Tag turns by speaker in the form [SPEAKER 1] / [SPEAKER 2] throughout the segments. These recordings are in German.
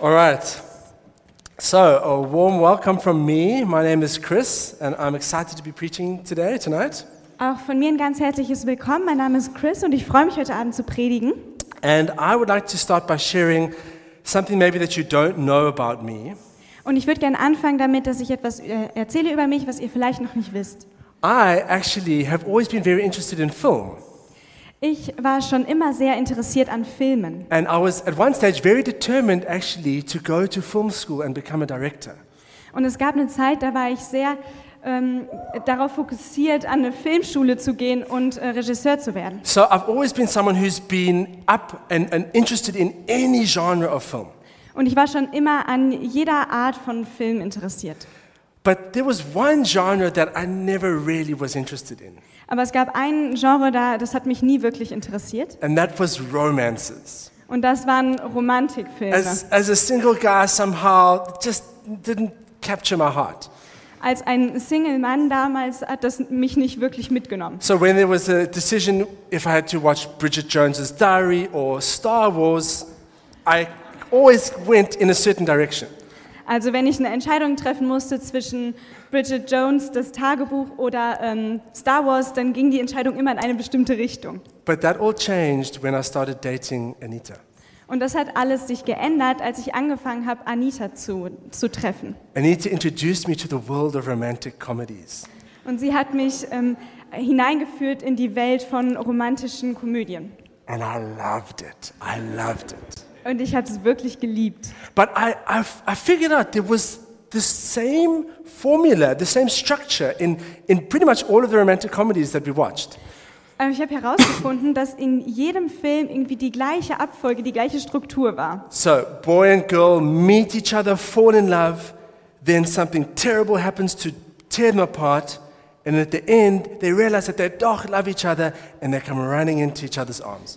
[SPEAKER 1] All right. So, a warm welcome from me. My name is Chris, and I'm excited to be preaching today, tonight.
[SPEAKER 2] Auch von mir ein ganz herzliches Willkommen. Mein Name ist Chris und ich freue mich heute Abend zu predigen.
[SPEAKER 1] And I would like to start by sharing something maybe that you don't know about me.
[SPEAKER 2] Und ich würde gerne anfangen damit, dass ich etwas äh, erzähle über mich, was ihr vielleicht noch nicht wisst.
[SPEAKER 1] I actually have always been very interested in film.
[SPEAKER 2] Ich war schon immer sehr interessiert an Filmen.
[SPEAKER 1] And I was at one stage very determined actually to go to film school and become a director.
[SPEAKER 2] Und es gab eine Zeit, da war ich sehr ähm, darauf fokussiert, an eine Filmschule zu gehen und äh, Regisseur zu werden.
[SPEAKER 1] So, I've always been someone who's been up and, and interested in any genre of film.
[SPEAKER 2] Und ich war schon immer an jeder Art von Film interessiert.
[SPEAKER 1] But there was one genre that I never really was interested in,
[SPEAKER 2] Aber es gab ein Genre, da, das hat mich nie wirklich interessiert.
[SPEAKER 1] and that was romances.
[SPEAKER 2] Und das waren Romantikfilme.
[SPEAKER 1] As, as a single guy, somehow it just didn't capture my heart.
[SPEAKER 2] Als ein Single-Mann damals hat das mich nicht wirklich mitgenommen.
[SPEAKER 1] So, when there was a decision if I had to watch Bridget Jones's Diary or Star Wars, I always went in a certain direction.
[SPEAKER 2] Also wenn ich eine Entscheidung treffen musste zwischen Bridget Jones, das Tagebuch oder ähm, Star Wars, dann ging die Entscheidung immer in eine bestimmte Richtung.
[SPEAKER 1] But that all changed when I started dating Anita.
[SPEAKER 2] Und das hat alles sich geändert, als ich angefangen habe, Anita zu, zu treffen.
[SPEAKER 1] Anita introduced me to the world of romantic comedies.
[SPEAKER 2] Und sie hat mich ähm, hineingeführt in die Welt von romantischen Komödien.
[SPEAKER 1] And I loved it. I loved it.
[SPEAKER 2] Und ich habe es wirklich geliebt.
[SPEAKER 1] But I, I, I figured out there was the same formula, the same structure in, in pretty much all of the romantic comedies that we watched.
[SPEAKER 2] Ähm, ich habe herausgefunden, dass in jedem Film irgendwie die gleiche Abfolge, die gleiche Struktur war.
[SPEAKER 1] So, boy and girl meet each other, fall in love, then something terrible happens to tear them apart, and at the end, they realize that they don't love each other and they come running into each other's arms.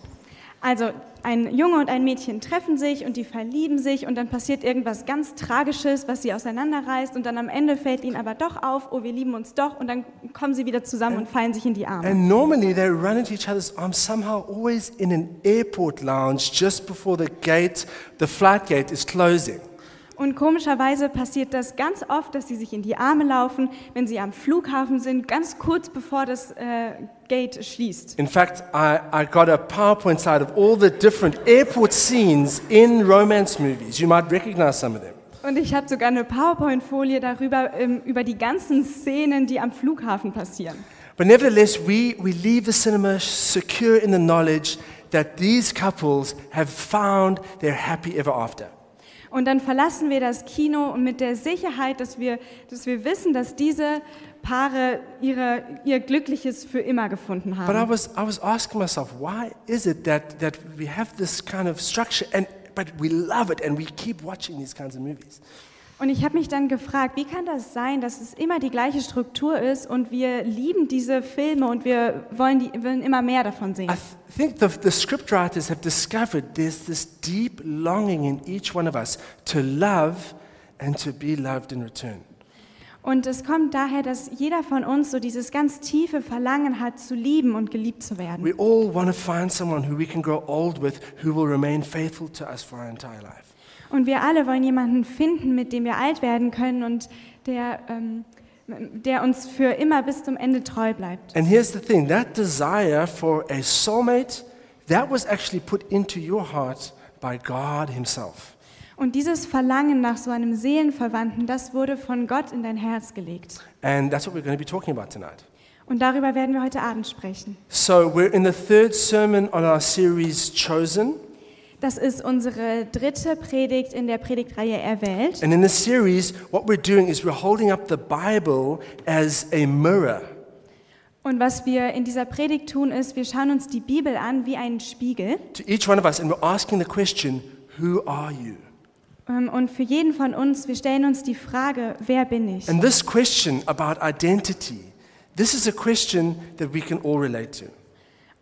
[SPEAKER 2] Also ein Junge und ein Mädchen treffen sich und die verlieben sich und dann passiert irgendwas ganz Tragisches, was sie auseinanderreißt und dann am Ende fällt ihnen aber doch auf, oh wir lieben uns doch und dann kommen sie wieder zusammen und fallen sich in die Arme.
[SPEAKER 1] And normally they run into each other's arms somehow, always in an airport lounge just before the gate, the flight gate is closing.
[SPEAKER 2] Und komischerweise passiert das ganz oft, dass sie sich in die Arme laufen, wenn sie am Flughafen sind, ganz kurz bevor das äh, Gate schließt.
[SPEAKER 1] In fact, I, I got a PowerPoint slide of all the different airport scenes in romance movies. You might recognize some of them.
[SPEAKER 2] Und ich habe sogar eine PowerPoint-Folie darüber, ähm, über die ganzen Szenen, die am Flughafen passieren.
[SPEAKER 1] But nevertheless, we, we leave the cinema secure in the knowledge that these couples have found their happy ever after.
[SPEAKER 2] Und dann verlassen wir das Kino mit der Sicherheit, dass wir, dass wir wissen, dass diese Paare ihre, ihr Glückliches für immer gefunden
[SPEAKER 1] But I
[SPEAKER 2] haben.
[SPEAKER 1] was, I was asking myself, why is it that, that we have this kind of structure and but we love it and we keep watching these kinds of movies?
[SPEAKER 2] Und ich habe mich dann gefragt, wie kann das sein, dass es immer die gleiche Struktur ist und wir lieben diese Filme und wir wollen, die, wollen immer mehr davon sehen.
[SPEAKER 1] I th- think the, the scriptwriters have discovered there's this deep longing in each one of us to love and to be loved in return.
[SPEAKER 2] Und es kommt daher, dass jeder von uns so dieses ganz tiefe Verlangen hat, zu lieben und geliebt zu werden.
[SPEAKER 1] We all want to find someone who we can grow old with who will remain faithful to us for our entire life.
[SPEAKER 2] Und wir alle wollen jemanden finden, mit dem wir alt werden können und der, ähm, der uns für immer bis zum Ende treu bleibt.
[SPEAKER 1] And here's the thing that desire for a soulmate, that was actually put into your heart by God Himself.
[SPEAKER 2] Und dieses Verlangen nach so einem Seelenverwandten, das wurde von Gott in dein Herz gelegt.
[SPEAKER 1] And that's what we're going to be talking about tonight.
[SPEAKER 2] Und darüber werden wir heute Abend sprechen.
[SPEAKER 1] So, we're in the third sermon on our series, Chosen.
[SPEAKER 2] Das ist unsere dritte Predigt in der Predigtreihe Erwählt.
[SPEAKER 1] And in this series, what we're doing is we're holding up the Bible as a mirror.
[SPEAKER 2] Und was wir in dieser Predigt tun, ist, wir schauen uns die Bibel an wie einen Spiegel.
[SPEAKER 1] to each one of us and we're asking the question, who are you?
[SPEAKER 2] Ähm, Und für jeden von uns, wir stellen uns die Frage, wer bin ich?
[SPEAKER 1] And this question about identity, this is a question that we can all relate to.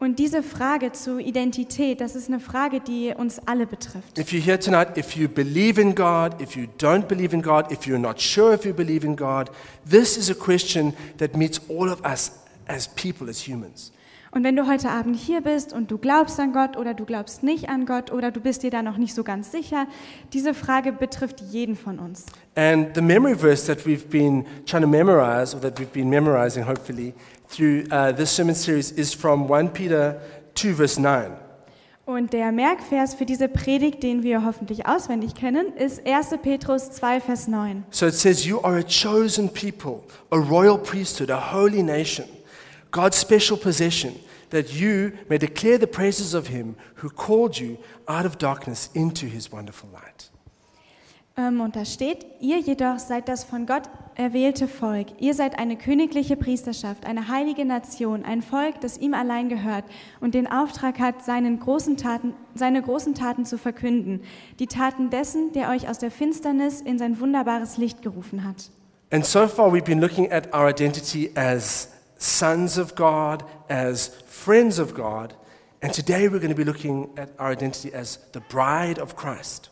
[SPEAKER 2] Und diese Frage zu Identität, das ist eine Frage, die uns alle betrifft.
[SPEAKER 1] If you're here tonight, if you believe in God, if you don't believe in God, if you're not sure if you believe in God, this is a question that meets all of us as people, as humans.
[SPEAKER 2] Und wenn du heute Abend hier bist und du glaubst an Gott oder du glaubst nicht an Gott oder du bist dir da noch nicht so ganz sicher, diese Frage betrifft jeden von uns.
[SPEAKER 1] And the memory verse that we've been trying to memorize, or that we've been memorizing hopefully, through uh, this sermon series is from 1 Peter 2, verse 9.
[SPEAKER 2] Und der Merkvers für diese Predigt, den wir hoffentlich auswendig kennen, ist 1. Petrus 2, Vers 9.
[SPEAKER 1] So it says, You are a chosen people, a royal priesthood, a holy nation, God's special possession, that you may declare the praises of him who called you out of darkness into his wonderful light.
[SPEAKER 2] Ähm, Und da steht, ihr jedoch seid das von Gott erwählte Volk. Ihr seid eine königliche Priesterschaft, eine heilige Nation, ein Volk, das ihm allein gehört und den Auftrag hat, seinen großen Taten, seine großen Taten zu verkünden. Die Taten dessen, der euch aus der Finsternis in sein wunderbares Licht gerufen hat.
[SPEAKER 1] And so far, we've been looking at our identity as sons of God, as friends of God, and today we're going to be looking at our identity as the bride of Christ.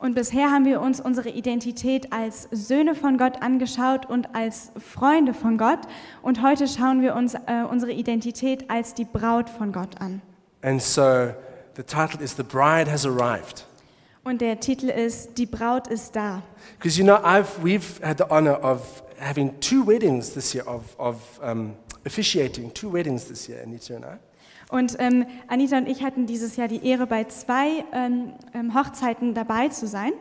[SPEAKER 2] Und bisher haben wir uns unsere Identität als Söhne von Gott angeschaut und als Freunde von Gott. Und heute schauen wir uns äh, unsere Identität als die Braut von Gott an.
[SPEAKER 1] And so the title is The Bride Has Arrived.
[SPEAKER 2] Und der Titel ist Die Braut ist da.
[SPEAKER 1] Because you know, I've, we've had the honor of having two weddings this year, of, of um, officiating two weddings this year, Anita and I.
[SPEAKER 2] Und ähm, Anita und ich hatten dieses Jahr die Ehre, bei zwei ähm, ähm, Hochzeiten dabei zu sein.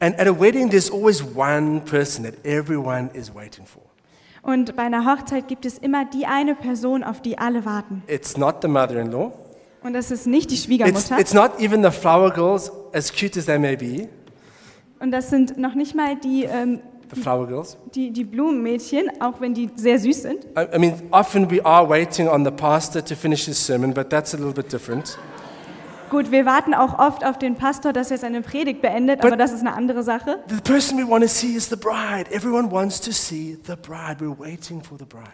[SPEAKER 1] And at a wedding, there's always one person that everyone is waiting for.
[SPEAKER 2] Und bei einer Hochzeit gibt es immer die eine Person, auf die alle warten.
[SPEAKER 1] It's not the mother in law.
[SPEAKER 2] Und das ist nicht die
[SPEAKER 1] It's,
[SPEAKER 2] Schwiegermutter.
[SPEAKER 1] it's not even the flower girls, as cute as they may be,
[SPEAKER 2] und das sind noch nicht mal die, ähm,
[SPEAKER 1] the flower girls.
[SPEAKER 2] die, die Blumenmädchen, auch wenn die sehr süß sind.
[SPEAKER 1] I, I mean, often we are waiting on the pastor to finish his sermon, but that's a little bit different.
[SPEAKER 2] Gut, wir warten auch oft auf den Pastor, dass er seine Predigt beendet, aber
[SPEAKER 1] But-
[SPEAKER 2] das ist eine andere Sache.
[SPEAKER 1] The person we want to see is the bride. Everyone wants to see the bride. We're waiting for the bride.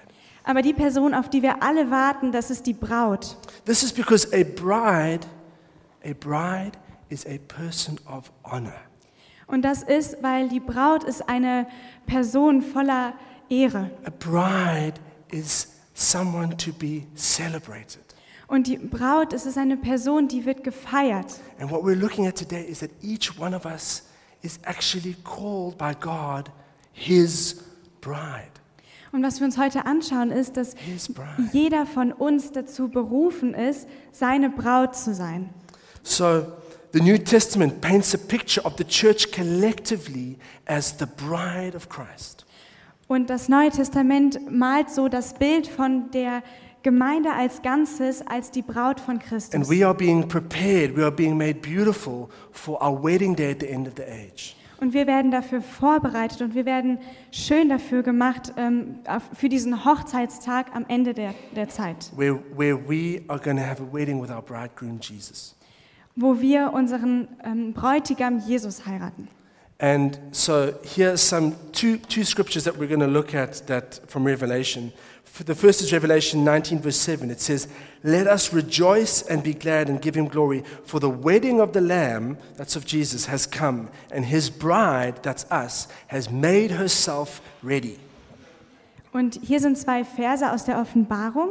[SPEAKER 2] Aber die Person, auf die wir alle warten, das ist die Braut.
[SPEAKER 1] This is because a bride, a bride is a person of honor.
[SPEAKER 2] Und das ist, weil die Braut ist eine Person voller Ehre.
[SPEAKER 1] A bride is someone to be celebrated.
[SPEAKER 2] Und die Braut, es ist eine Person, die wird gefeiert.
[SPEAKER 1] And what we're looking at today is that each one of us is actually called by God his bride.
[SPEAKER 2] Und was wir uns heute anschauen, ist, dass
[SPEAKER 1] His bride.
[SPEAKER 2] jeder von uns dazu berufen ist, seine Braut zu sein.
[SPEAKER 1] So the New Testament paints a picture of the church collectively as the bride of Christ.
[SPEAKER 2] Und das Neue Testament malt so das Bild von der Gemeinde als Ganzes, als die Braut von
[SPEAKER 1] And
[SPEAKER 2] Christus.
[SPEAKER 1] we are being prepared, we are being made beautiful for our wedding day at the end of the age.
[SPEAKER 2] Und wir werden dafür vorbereitet und wir werden schön dafür gemacht, ähm, auf- für diesen Hochzeitstag am Ende der, der Zeit,
[SPEAKER 1] where, where we are going to have a wedding with our bridegroom Jesus.
[SPEAKER 2] wo wir unseren ähm, Bräutigam Jesus heiraten.
[SPEAKER 1] And so here are some two, two scriptures that we're going to look at that from Revelation. For the first is Revelation 19, verse 7. It says, Let us rejoice and be glad and give him glory, for the wedding of the Lamb, that's of Jesus, has come, and his bride, that's us, has made herself ready.
[SPEAKER 2] Und hier sind zwei Verse aus der Offenbarung.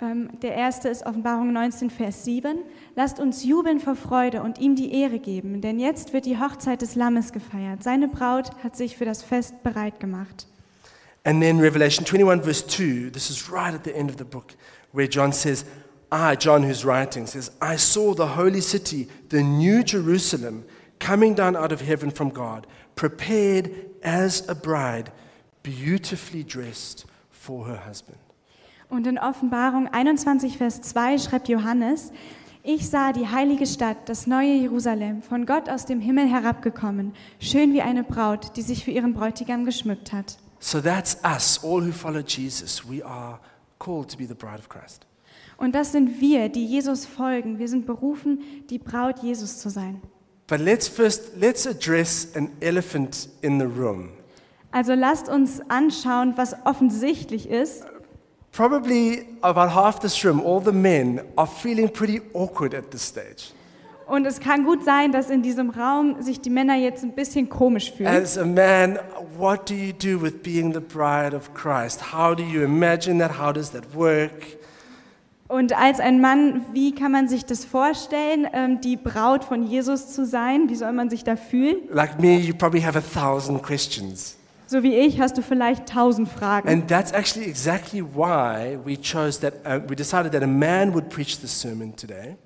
[SPEAKER 2] Ähm, Der erste ist Offenbarung 19, Vers 7. Lasst uns jubeln vor Freude und ihm die Ehre geben, denn jetzt wird die Hochzeit des Lammes gefeiert. Seine Braut hat sich für das Fest bereit gemacht.
[SPEAKER 1] And then Revelation 21, verse 2, this is right at the end of the book, where John says, I, John who's writing, says, I saw the holy city, the new Jerusalem, coming down out of heaven from God, prepared as a bride, beautifully dressed for her husband.
[SPEAKER 2] Und in Offenbarung 21, Vers 2 schreibt Johannes, ich sah die heilige Stadt, das neue Jerusalem, von Gott aus dem Himmel herabgekommen, schön wie eine Braut, die sich für ihren Bräutigam geschmückt hat.
[SPEAKER 1] So that's us, all who follow Jesus. We are called to be the bride of Christ.
[SPEAKER 2] Und das sind wir, die Jesus folgen. Wir sind berufen, die Braut Jesus zu sein.
[SPEAKER 1] But let's first let's address an elephant in the room.
[SPEAKER 2] Also lasst uns anschauen, was offensichtlich ist.
[SPEAKER 1] Probably about half this room, all the men, are feeling pretty awkward at this stage.
[SPEAKER 2] Und es kann gut sein, dass in diesem Raum sich die Männer jetzt ein bisschen komisch fühlen.
[SPEAKER 1] As a man, what do you do with being the bride of Christ? How do you imagine that? How does that work?
[SPEAKER 2] Und als ein Mann, wie kann man sich das vorstellen, ähm, die Braut von Jesus zu sein? Wie soll man sich da fühlen?
[SPEAKER 1] Like me, you probably have a thousand questions.
[SPEAKER 2] So wie ich hast du vielleicht tausend Fragen.
[SPEAKER 1] And that's actually exactly why we chose that, uh, we decided that a man would preach this sermon today,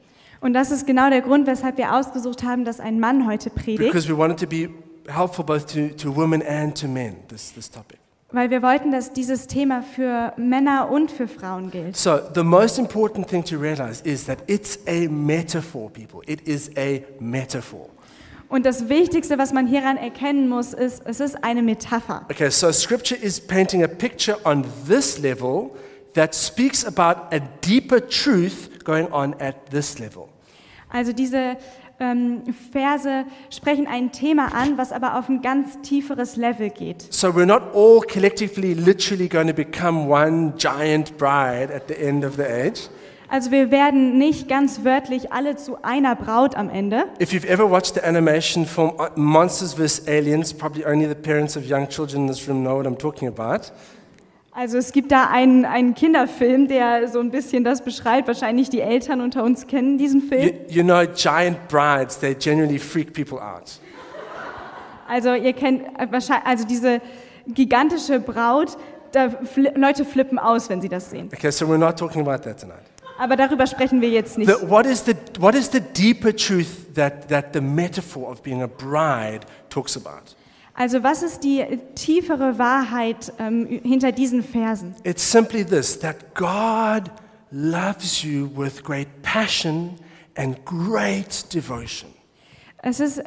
[SPEAKER 2] Und das ist genau der Grund, weshalb wir ausgesucht haben, dass ein Mann heute predigt,
[SPEAKER 1] because we wanted to be helpful both to, to women and to men, this, this topic.
[SPEAKER 2] weil wir wollten, dass dieses Thema für Männer und für Frauen gilt.
[SPEAKER 1] So, the most important thing to realize is that it's a metaphor, people. It is a metaphor.
[SPEAKER 2] Und das Wichtigste, was man hieran erkennen muss, ist, es ist eine Metapher.
[SPEAKER 1] Okay, so scripture is painting a picture on this level that speaks about a deeper truth going on at this level.
[SPEAKER 2] Also diese ähm, Verse sprechen ein Thema an, was aber auf ein ganz tieferes Level geht.
[SPEAKER 1] So we're not all collectively, literally going to become one giant bride at the end of the age.
[SPEAKER 2] Also wir werden nicht ganz wörtlich alle zu einer Braut am Ende.
[SPEAKER 1] If you've ever watched the animation film uh, Monsters vs. Aliens, probably only the parents of young children in this room know what I'm talking about.
[SPEAKER 2] Also es gibt da einen, einen Kinderfilm, der so ein bisschen das beschreibt. Wahrscheinlich die Eltern unter uns kennen diesen Film.
[SPEAKER 1] You, you know, giant brides, they generally freak people out.
[SPEAKER 2] Also ihr kennt äh, wahrscheinlich, also diese gigantische Braut, da fli Leute flippen aus, wenn sie das sehen.
[SPEAKER 1] Okay, so we're not talking about that tonight.
[SPEAKER 2] Aber darüber sprechen wir jetzt nicht.
[SPEAKER 1] The, what, is the, what is the deeper truth that, that the metaphor of being a bride talks about?
[SPEAKER 2] Also was ist die tiefere Wahrheit ähm, hinter diesen Versen?
[SPEAKER 1] It's simply this that God loves you with great passion and great devotion.
[SPEAKER 2] Es ist,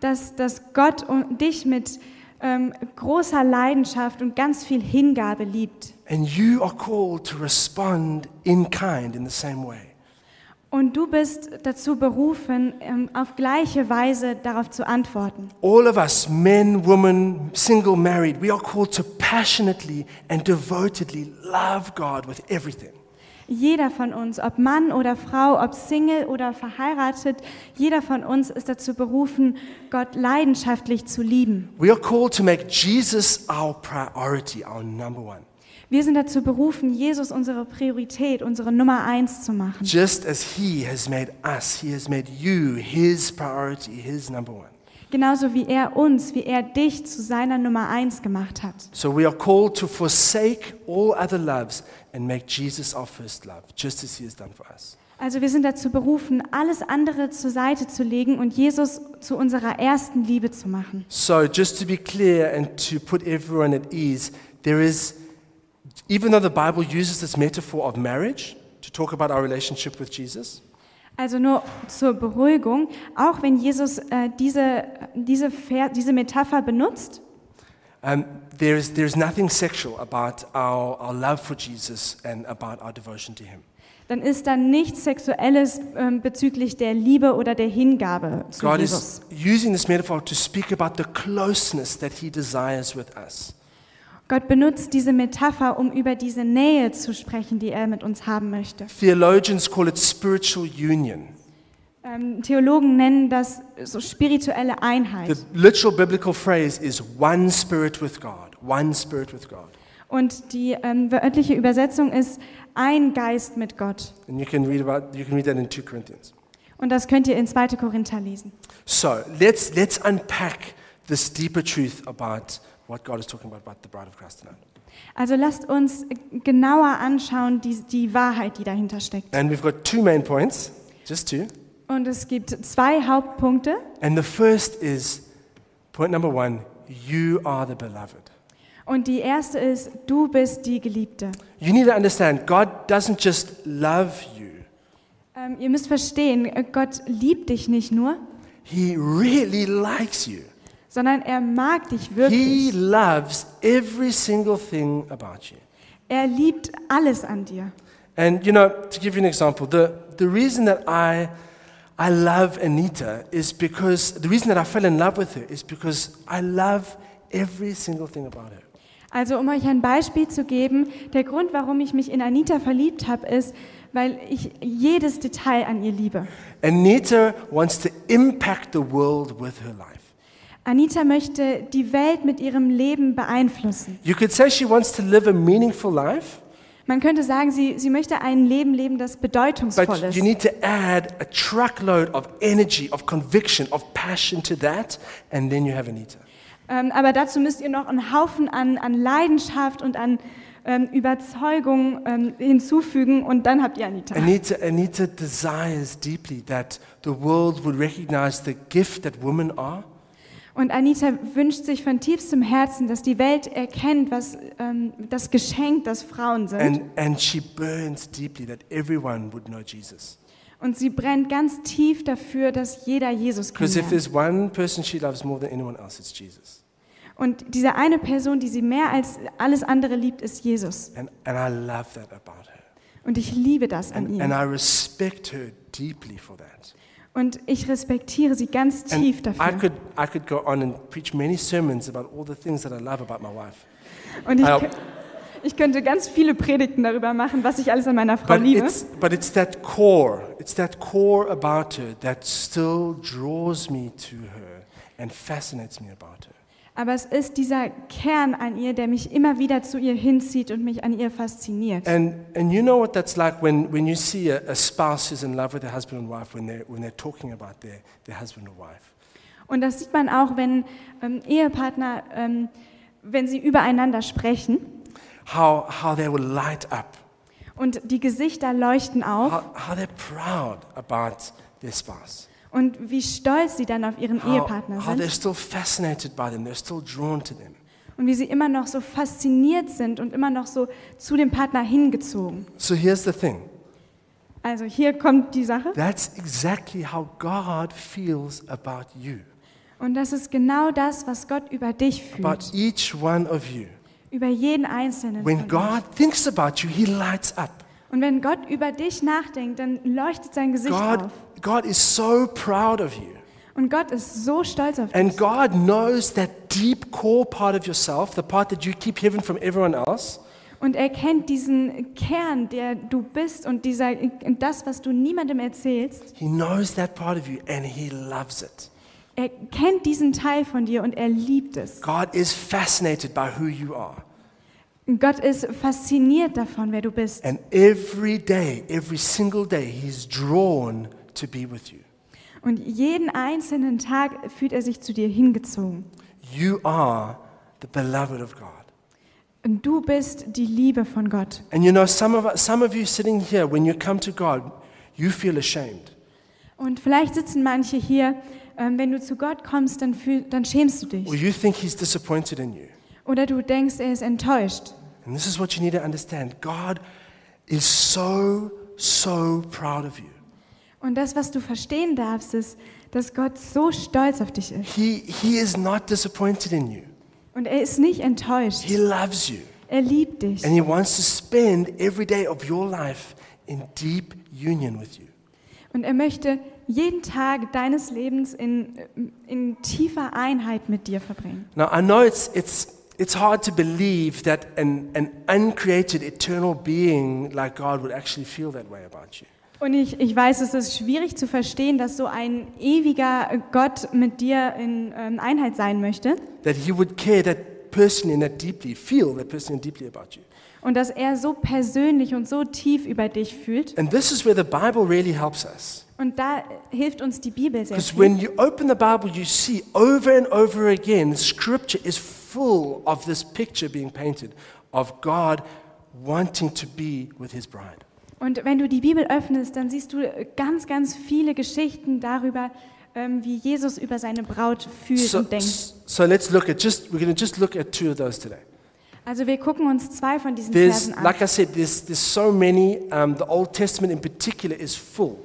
[SPEAKER 2] dass, dass Gott un- dich mit ähm, großer Leidenschaft und ganz viel Hingabe liebt.
[SPEAKER 1] And you are called to respond in kind in the same way.
[SPEAKER 2] Und du bist dazu berufen, ähm, auf gleiche Weise darauf zu antworten.
[SPEAKER 1] All of us, men, women, single, married, we are called to passionately and devotedly love God with everything.
[SPEAKER 2] Jeder von uns, ob Mann oder Frau, ob Single oder verheiratet, jeder von uns ist dazu berufen, Gott leidenschaftlich zu lieben.
[SPEAKER 1] We are called to make Jesus our priority, our number one.
[SPEAKER 2] Wir sind dazu berufen, Jesus unsere Priorität, unsere Nummer eins zu machen.
[SPEAKER 1] Just as He has made us, He has made you His priority, His number one.
[SPEAKER 2] Genauso wie er uns, wie er dich zu seiner Nummer eins gemacht hat.
[SPEAKER 1] So we are called to forsake all other loves and make Jesus our first love, just as He has done for us.
[SPEAKER 2] Also wir sind dazu berufen, alles andere zur Seite zu legen und Jesus zu unserer ersten Liebe zu machen.
[SPEAKER 1] So, just to be clear and to put everyone at ease, there is, even though the Bible uses this metaphor of marriage to talk about our relationship with Jesus,
[SPEAKER 2] Also nur zur Beruhigung, auch wenn Jesus äh, diese, diese, Ver diese Metapher benutzt,
[SPEAKER 1] um, there, is, there is nothing sexual about our, our love for Jesus and about our devotion to Him.
[SPEAKER 2] dann ist da nichts Sexuelles ähm, bezüglich der Liebe oder der Hingabe zu
[SPEAKER 1] God
[SPEAKER 2] Jesus.
[SPEAKER 1] is using this metaphor to speak about the closeness that He desires with us.
[SPEAKER 2] Gott benutzt diese Metapher, um über diese Nähe zu sprechen, die er mit uns haben möchte.
[SPEAKER 1] Theologians call it spiritual union.
[SPEAKER 2] Ähm, Theologen nennen das so spirituelle
[SPEAKER 1] The
[SPEAKER 2] Einheit.
[SPEAKER 1] literal biblical phrase is one spirit with God, one spirit with God.
[SPEAKER 2] Und die ähm, wörtliche Übersetzung ist ein Geist mit Gott.
[SPEAKER 1] And you can read about you can read that in 2 Corinthians.
[SPEAKER 2] Und das könnt ihr in 2. Korinther lesen.
[SPEAKER 1] So let's let's unpack this deeper truth about what God is talking about about the bride of Christ tonight.
[SPEAKER 2] Also lasst uns genauer anschauen, die, die Wahrheit, die dahinter steckt.
[SPEAKER 1] And we've got two main points, just two.
[SPEAKER 2] Und es gibt zwei Hauptpunkte.
[SPEAKER 1] And the first is point number one: you are the beloved.
[SPEAKER 2] Und die erste ist, du bist die Geliebte.
[SPEAKER 1] You need to understand God doesn't just love you;
[SPEAKER 2] Ähm, ihr müsst verstehen, äh, Gott liebt dich nicht nur,
[SPEAKER 1] He really likes you.
[SPEAKER 2] sondern er mag dich
[SPEAKER 1] He
[SPEAKER 2] wirklich.
[SPEAKER 1] loves every single thing about you.
[SPEAKER 2] Er liebt alles an dir.
[SPEAKER 1] And you know, to give you an example, the, the reason that I I love Anita is because the reason that I fell in love with her is because I love every single thing about her.
[SPEAKER 2] Also um euch ein Beispiel zu geben, der Grund, warum ich mich in Anita verliebt habe, ist, weil ich jedes Detail an ihr liebe.
[SPEAKER 1] Anita wants to impact the world with her life.
[SPEAKER 2] Anita möchte die Welt mit ihrem Leben beeinflussen.
[SPEAKER 1] You could say she wants to live a meaningful life,
[SPEAKER 2] Man könnte sagen, sie, sie möchte ein Leben leben, das bedeutungsvoll
[SPEAKER 1] But you
[SPEAKER 2] ist.
[SPEAKER 1] need to add a truckload of energy, of conviction, of passion to that, and then you have Anita.
[SPEAKER 2] Ähm, aber dazu müsst ihr noch einen Haufen an, an Leidenschaft und an ähm, Überzeugung ähm, hinzufügen und dann habt ihr Anita.
[SPEAKER 1] Anita. Anita desires deeply that the world would recognize the gift that women are,
[SPEAKER 2] Und Anita wünscht sich von tiefstem Herzen, dass die Welt erkennt, was ähm, das Geschenk, das Frauen sind.
[SPEAKER 1] and, and she burns deeply that everyone would know Jesus.
[SPEAKER 2] und sie brennt ganz tief dafür, dass jeder Jesus
[SPEAKER 1] Because if
[SPEAKER 2] kennt.
[SPEAKER 1] there's one person she loves more than anyone else, it's Jesus.
[SPEAKER 2] Und diese eine Person, die sie mehr als alles andere liebt, ist Jesus.
[SPEAKER 1] And, and I love that about her.
[SPEAKER 2] Und ich liebe das an
[SPEAKER 1] And, and
[SPEAKER 2] ihr.
[SPEAKER 1] I respect her deeply for that.
[SPEAKER 2] Und ich respektiere sie ganz
[SPEAKER 1] And
[SPEAKER 2] tief
[SPEAKER 1] I
[SPEAKER 2] dafür.
[SPEAKER 1] could, I could go on and preach many sermons about all the things that I love about my wife.
[SPEAKER 2] Und ich,
[SPEAKER 1] I'll-
[SPEAKER 2] kö- ich könnte ganz viele Predigten darüber machen, was ich alles an meiner Frau
[SPEAKER 1] But
[SPEAKER 2] liebe.
[SPEAKER 1] it's, but it's that core, it's that core about her that still draws me to her and fascinates me about her.
[SPEAKER 2] Aber es ist dieser Kern an ihr, der mich immer wieder zu ihr hinzieht und mich an ihr fasziniert.
[SPEAKER 1] And, and you know what that's like when, when you see a, a spouse who's in love with their husband and wife when they're, when they're talking about their, their husband or wife.
[SPEAKER 2] Und das sieht man auch, wenn ähm, Ehepartner, ähm, wenn sie übereinander sprechen
[SPEAKER 1] How, how they will light up,
[SPEAKER 2] und die Gesichter leuchten auf
[SPEAKER 1] how, how they're proud about their spouse,
[SPEAKER 2] und wie stolz sie dann auf ihren
[SPEAKER 1] how,
[SPEAKER 2] Ehepartner
[SPEAKER 1] how they're
[SPEAKER 2] sind
[SPEAKER 1] still fascinated by them, they're still drawn to them.
[SPEAKER 2] und wie sie immer noch so fasziniert sind und immer noch so zu dem Partner hingezogen.
[SPEAKER 1] So here's the thing
[SPEAKER 2] Also hier kommt die Sache
[SPEAKER 1] that's exactly how God feels about you.
[SPEAKER 2] und das ist genau das, was Gott über dich
[SPEAKER 1] about
[SPEAKER 2] fühlt,
[SPEAKER 1] each one of you.
[SPEAKER 2] über jeden Einzelnen.
[SPEAKER 1] When
[SPEAKER 2] Von euch.
[SPEAKER 1] God thinks about you, He lights up.
[SPEAKER 2] Und wenn Gott über dich nachdenkt, dann leuchtet sein Gesicht
[SPEAKER 1] God,
[SPEAKER 2] auf.
[SPEAKER 1] God is so proud of you.
[SPEAKER 2] Und Gott ist so stolz auf dich.
[SPEAKER 1] And God knows that deep core part of yourself, the part that you keep hidden from everyone else.
[SPEAKER 2] Und er kennt diesen Kern, der du bist und dieser, und das, was du niemandem erzählst.
[SPEAKER 1] He knows that part of you and He loves it.
[SPEAKER 2] Er kennt diesen Teil von dir und er liebt es.
[SPEAKER 1] God is fascinated by who you are.
[SPEAKER 2] Und Gott ist fasziniert davon, wer du bist.
[SPEAKER 1] And every day, every single day, He's drawn to be with you.
[SPEAKER 2] Und jeden einzelnen Tag fühlt er sich zu dir hingezogen.
[SPEAKER 1] You are the beloved of God.
[SPEAKER 2] Und du bist die Liebe von Gott.
[SPEAKER 1] And you know, some of, some of you sitting here, when you come to God, you feel ashamed.
[SPEAKER 2] Und vielleicht sitzen manche hier, ähm, wenn du zu Gott kommst, dann, fühl, dann schämst du
[SPEAKER 1] Or
[SPEAKER 2] dich.
[SPEAKER 1] you think He's disappointed in you.
[SPEAKER 2] Oder du denkst, er ist enttäuscht.
[SPEAKER 1] And this is what you need to understand God is so, so proud of you.
[SPEAKER 2] Und das, was du verstehen darfst, ist, dass Gott so stolz auf dich ist.
[SPEAKER 1] He, he is not disappointed in you,
[SPEAKER 2] Und er ist nicht enttäuscht.
[SPEAKER 1] He loves you.
[SPEAKER 2] Er liebt dich.
[SPEAKER 1] And He wants to spend every day of your life in deep union with you.
[SPEAKER 2] Und er möchte jeden Tag deines Lebens in, in tiefer Einheit mit dir verbringen.
[SPEAKER 1] Now, I know it's, it's, it's hard to believe that an, an uncreated eternal being like God would actually feel that way about you.
[SPEAKER 2] Und ich, ich weiß, es ist schwierig zu verstehen, dass so ein ewiger Gott mit dir in ähm, Einheit sein möchte
[SPEAKER 1] that he would care that person in that deeply, feel that person deeply about you.
[SPEAKER 2] und dass er so persönlich und so tief über dich fühlt.
[SPEAKER 1] And this is where the Bible really helps us.
[SPEAKER 2] Und da hilft uns die Bibel sehr
[SPEAKER 1] Because
[SPEAKER 2] viel.
[SPEAKER 1] when you open the Bible, you see over and over again, scripture is full of this picture being painted of God wanting to be with his bride.
[SPEAKER 2] Und wenn du die Bibel öffnest, dann siehst du ganz, ganz viele Geschichten darüber, ähm, wie Jesus über seine Braut fühlt
[SPEAKER 1] So,
[SPEAKER 2] und denkt.
[SPEAKER 1] so let's look at just, we're going to just look at two of those today.
[SPEAKER 2] Also wir gucken uns zwei von diesen
[SPEAKER 1] There's,
[SPEAKER 2] Versen an.
[SPEAKER 1] like I said, there's, there's so many. Um, the Old Testament in particular is full.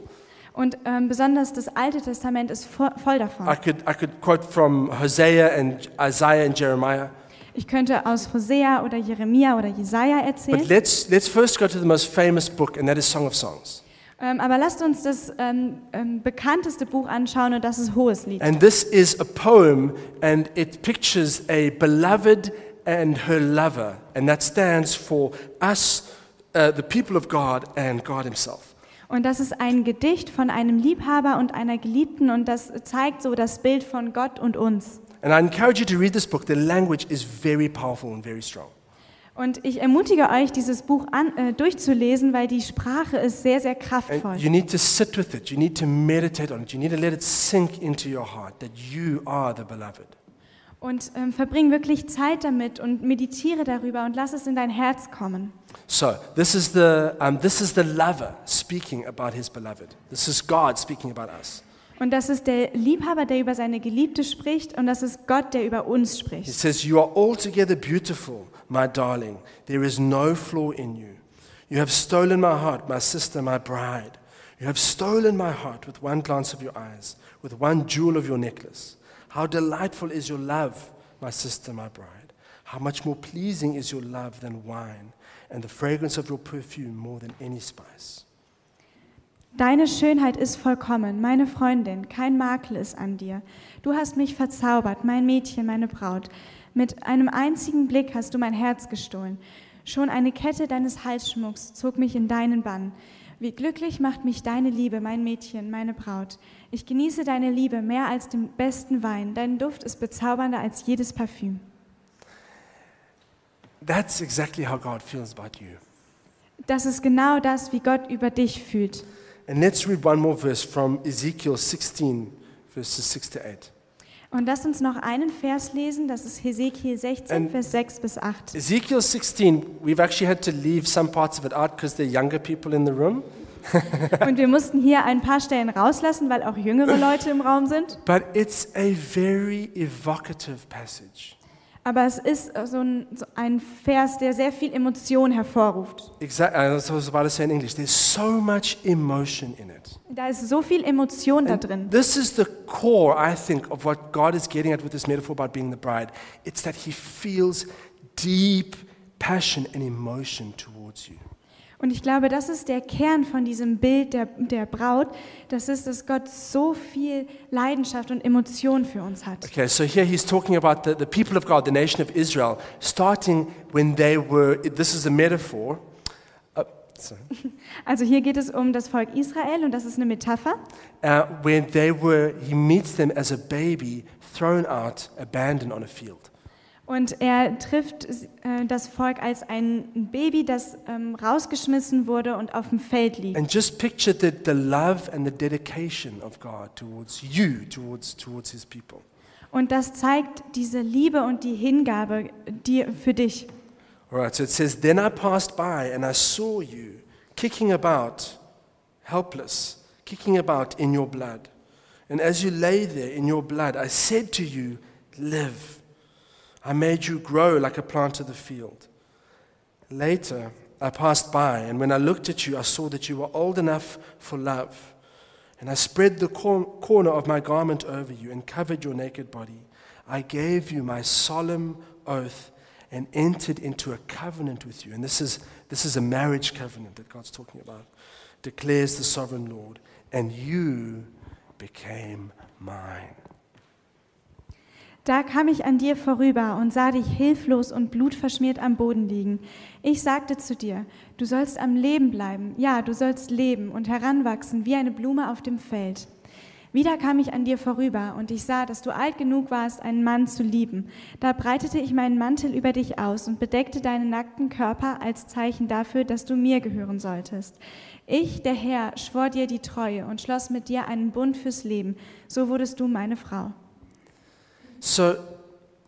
[SPEAKER 2] Und ähm, besonders das Alte Testament ist vo voll davon.
[SPEAKER 1] I could, I could quote from Hosea and Isaiah and Jeremiah.
[SPEAKER 2] Ich könnte aus Hosea oder Jeremia oder Jesaja
[SPEAKER 1] But
[SPEAKER 2] erzählen.
[SPEAKER 1] let's, let's first go to the most famous book, and that is Song of Songs.
[SPEAKER 2] Ähm, aber lasst uns das ähm, ähm, bekannteste Buch anschauen und das ist Hohes Lied.
[SPEAKER 1] And this is a poem, and it pictures a beloved and her lover, and that stands for us, uh, the people of God, and God Himself.
[SPEAKER 2] Und das ist ein Gedicht von einem Liebhaber und einer Geliebten und das zeigt so das Bild von Gott und uns.
[SPEAKER 1] And I encourage you to read this book. The language is very powerful and very strong.
[SPEAKER 2] Und ich ermutige euch, dieses Buch an, äh, durchzulesen, weil die Sprache ist sehr, sehr
[SPEAKER 1] And
[SPEAKER 2] kraftvoll.
[SPEAKER 1] you need to sit with it. You need to meditate on it. You need to let it sink into your heart that you are the beloved.
[SPEAKER 2] Und ähm, verbring wirklich Zeit damit und meditiere darüber und lass es in dein Herz kommen.
[SPEAKER 1] So this is the um, this is the lover speaking about his beloved. This is God speaking about us.
[SPEAKER 2] Und das ist der Liebhaber, der über seine Geliebte spricht und das ist Gott, der über uns
[SPEAKER 1] He
[SPEAKER 2] spricht.
[SPEAKER 1] says, "You are altogether beautiful, my darling. There is no flaw in you. You have stolen my heart, my sister, my bride. You have stolen my heart with one glance of your eyes, with one jewel of your necklace. How delightful is your love, my sister, my bride. How much more pleasing is your love than wine, and the fragrance of your perfume more than any spice."
[SPEAKER 2] Deine Schönheit ist vollkommen, meine Freundin, kein Makel ist an dir. Du hast mich verzaubert, mein Mädchen, meine Braut. Mit einem einzigen Blick hast du mein Herz gestohlen. Schon eine Kette deines Halsschmucks zog mich in deinen Bann. Wie glücklich macht mich deine Liebe, mein Mädchen, meine Braut. Ich genieße deine Liebe mehr als den besten Wein. Dein Duft ist bezaubernder als jedes Parfüm.
[SPEAKER 1] That's exactly how God feels about you.
[SPEAKER 2] Das ist genau das, wie Gott über dich fühlt.
[SPEAKER 1] And let's read one more verse from Ezekiel 16, verses 6 to 8.
[SPEAKER 2] Und lasst uns noch einen Vers lesen, das ist Hesekiel 16,
[SPEAKER 1] Ähm,
[SPEAKER 2] Vers 6 bis 8.
[SPEAKER 1] Ezekiel 16, we've actually had to leave some parts of it out because there are younger people in the room.
[SPEAKER 2] Und wir mussten hier ein paar Stellen rauslassen, weil auch jüngere Leute im Raum sind.
[SPEAKER 1] But it's a very evocative passage.
[SPEAKER 2] Aber es ist äh, so ein, so ein Vers, der sehr viel Emotion hervorruft.
[SPEAKER 1] Exactly, uh, I was about to say in English, there's so much emotion in it.
[SPEAKER 2] Da ist so viel Emotion da drin.
[SPEAKER 1] This is the core, I think, of what God is getting at with this metaphor about being the bride. It's that He feels deep passion and emotion towards you.
[SPEAKER 2] Und ich glaube, das ist der Kern von diesem Bild der, der Braut. Das ist, dass Gott so viel Leidenschaft und Emotion für uns hat.
[SPEAKER 1] Okay, so here he's talking about the, the people of God, the nation of Israel, starting when they were, this is a metaphor. Uh, sorry.
[SPEAKER 2] Also hier geht es um das Volk Israel und das ist eine Metapher.
[SPEAKER 1] Uh, when they were, he meets them as a baby thrown out, abandoned on a field.
[SPEAKER 2] Und er trifft äh, das Volk als ein Baby, das ähm, rausgeschmissen wurde und auf dem Feld liegt.
[SPEAKER 1] And just picture the, the love and the dedication of God towards you, towards, towards his people.
[SPEAKER 2] Und das zeigt diese Liebe und die Hingabe die für dich.
[SPEAKER 1] All right, so it says, Then I passed by and I saw you kicking about, helpless, kicking about in your blood. And as you lay there in your blood, I said to you, Live. I made you grow like a plant of the field. Later, I passed by, and when I looked at you, I saw that you were old enough for love. And I spread the cor- corner of my garment over you and covered your naked body. I gave you my solemn oath and entered into a covenant with you. And this is, this is a marriage covenant that God's talking about, declares the sovereign Lord. And you became mine.
[SPEAKER 2] Da kam ich an dir vorüber und sah dich hilflos und blutverschmiert am Boden liegen. Ich sagte zu dir, du sollst am Leben bleiben, ja, du sollst leben und heranwachsen wie eine Blume auf dem Feld. Wieder kam ich an dir vorüber und ich sah, dass du alt genug warst, einen Mann zu lieben. Da breitete ich meinen Mantel über dich aus und bedeckte deinen nackten Körper als Zeichen dafür, dass du mir gehören solltest. Ich, der Herr, schwor dir die Treue und schloss mit dir einen Bund fürs Leben. So wurdest du meine Frau.
[SPEAKER 1] So,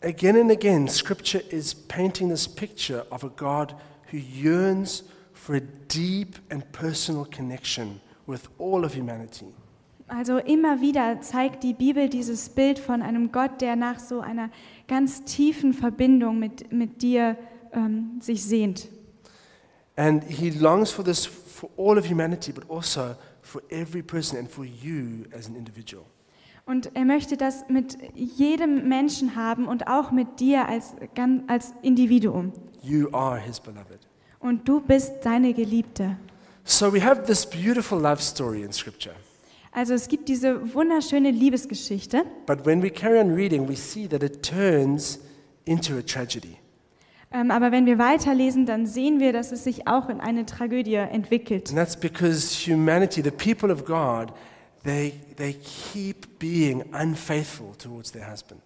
[SPEAKER 1] again and again, Scripture is painting this picture of a God who yearns for a deep and personal connection with all of humanity.
[SPEAKER 2] Also immer wieder zeigt die Bibel dieses Bild von einem Gott, der nach so einer ganz tiefen Verbindung mit, mit dir ähm, sich sehnt.
[SPEAKER 1] And he longs for this for all of humanity, but also for every person and for you as an individual.
[SPEAKER 2] Und er möchte das mit jedem Menschen haben und auch mit dir als, gan- als Individuum.
[SPEAKER 1] You are his beloved.
[SPEAKER 2] Und du bist seine Geliebte.
[SPEAKER 1] So we have this beautiful love story in Scripture.
[SPEAKER 2] Also es gibt diese wunderschöne Liebesgeschichte,
[SPEAKER 1] But when we carry on reading, we see that it turns into a tragedy.
[SPEAKER 2] ähm, aber wenn wir weiterlesen, dann sehen wir, dass es sich auch in eine Tragödie entwickelt.
[SPEAKER 1] And that's because humanity, the people of God, they, they keep being unfaithful towards their husband.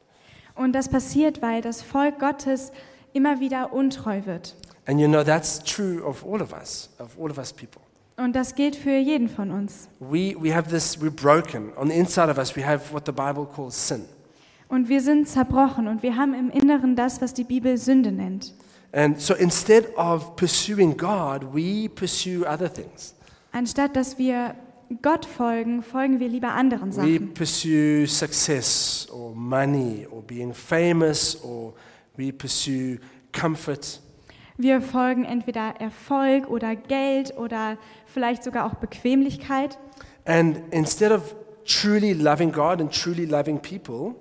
[SPEAKER 2] Und das passiert, weil das Volk Gottes immer wieder untreu wird.
[SPEAKER 1] And you know, that's true of all of us, of all of us people.
[SPEAKER 2] Und das gilt für jeden von uns.
[SPEAKER 1] We, we have this, we're broken. On the inside of us, we have what the Bible calls sin.
[SPEAKER 2] Und wir sind zerbrochen und wir haben im Inneren das, was die Bibel Sünde nennt.
[SPEAKER 1] And so instead of pursuing God, we pursue other things.
[SPEAKER 2] Anstatt dass wir Gott folgen, folgen wir lieber anderen
[SPEAKER 1] We
[SPEAKER 2] Sachen.
[SPEAKER 1] pursue success or money or being famous or we pursue comfort.
[SPEAKER 2] Wir folgen entweder Erfolg oder Geld oder vielleicht sogar auch Bequemlichkeit.
[SPEAKER 1] And instead of truly loving God and truly loving people,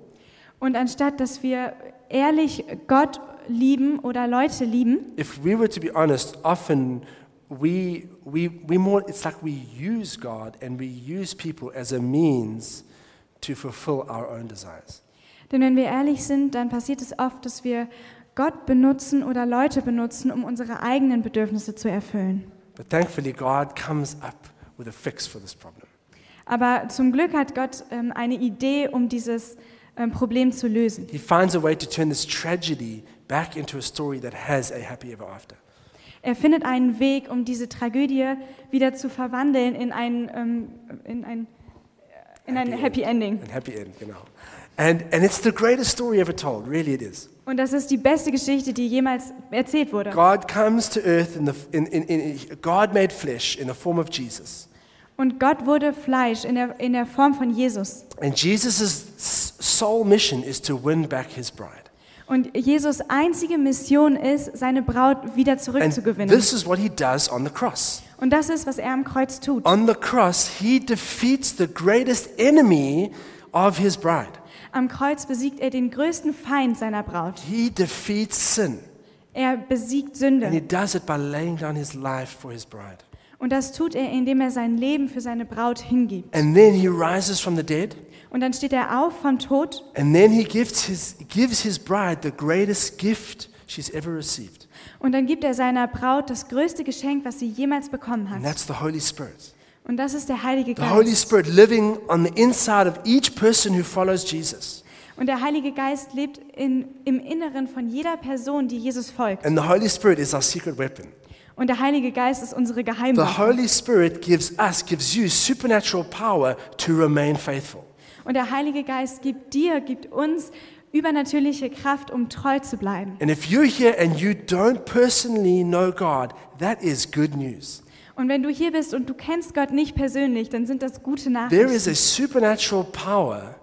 [SPEAKER 2] Und anstatt dass wir ehrlich Gott lieben oder Leute lieben,
[SPEAKER 1] if we were to be honest, often we, we, we more, it's like we use God and we use people as a means to fulfill our own desires.
[SPEAKER 2] denn wenn wir ehrlich sind, dann passiert es oft, dass wir Gott benutzen oder Leute benutzen, um unsere eigenen Bedürfnisse zu erfüllen.
[SPEAKER 1] But thankfully, God comes up with a fix for this problem.
[SPEAKER 2] Aber zum Glück hat Gott ähm, eine Idee, um dieses ähm, Problem zu lösen.
[SPEAKER 1] He finds a way to turn this tragedy back into a story that has a happy ever after.
[SPEAKER 2] Er findet einen Weg, um diese Tragödie wieder zu verwandeln in ein, ähm, in ein, äh, in ein Happy Ending.
[SPEAKER 1] And happy end, you know. And, and it's the greatest story ever told, really it is.
[SPEAKER 2] Und das ist die beste Geschichte, die jemals erzählt wurde.
[SPEAKER 1] God comes to earth in the, in, in, in, God made flesh in the form of Jesus.
[SPEAKER 2] Und Gott wurde Fleisch in der, in der Form von Jesus.
[SPEAKER 1] And Jesus' sole mission is to win back his bride.
[SPEAKER 2] Und Jesus' einzige Mission ist, seine Braut wieder
[SPEAKER 1] And
[SPEAKER 2] zurückzugewinnen.
[SPEAKER 1] this is what he does on the cross.
[SPEAKER 2] Und das ist, was er am Kreuz tut.
[SPEAKER 1] On the cross, he defeats the greatest enemy of his bride.
[SPEAKER 2] Am Kreuz besiegt er den größten Feind seiner Braut.
[SPEAKER 1] He defeats sin.
[SPEAKER 2] Er besiegt
[SPEAKER 1] And he
[SPEAKER 2] Sünde.
[SPEAKER 1] does it by laying down his life for his bride.
[SPEAKER 2] Und das tut er, indem er sein Leben für seine Braut hingibt.
[SPEAKER 1] And then he rises from the dead.
[SPEAKER 2] Und dann steht er auf vom Tod
[SPEAKER 1] And then he gives his, gives his bride the greatest gift she's ever received.
[SPEAKER 2] und dann gibt er seiner Braut das größte Geschenk, was sie jemals bekommen
[SPEAKER 1] And
[SPEAKER 2] hat.
[SPEAKER 1] that's the Holy Spirit.
[SPEAKER 2] Und das ist der Heilige
[SPEAKER 1] The Holy
[SPEAKER 2] Geist.
[SPEAKER 1] Spirit living on the inside of each person who follows Jesus.
[SPEAKER 2] Und der Heilige Geist lebt in, im Inneren von jeder Person, die Jesus folgt.
[SPEAKER 1] And the Holy Spirit is our secret weapon.
[SPEAKER 2] Und der Heilige Geist ist unsere
[SPEAKER 1] The
[SPEAKER 2] Geheimwaffe.
[SPEAKER 1] Holy Spirit gives us, gives you supernatural power to remain faithful.
[SPEAKER 2] Und der Heilige Geist gibt dir, gibt uns übernatürliche Kraft, um treu zu bleiben.
[SPEAKER 1] And if you're here and you don't personally know God, that is good news.
[SPEAKER 2] Und wenn du hier bist und du kennst Gott nicht persönlich, dann sind das gute
[SPEAKER 1] There is
[SPEAKER 2] Nachrichten.
[SPEAKER 1] a supernatural power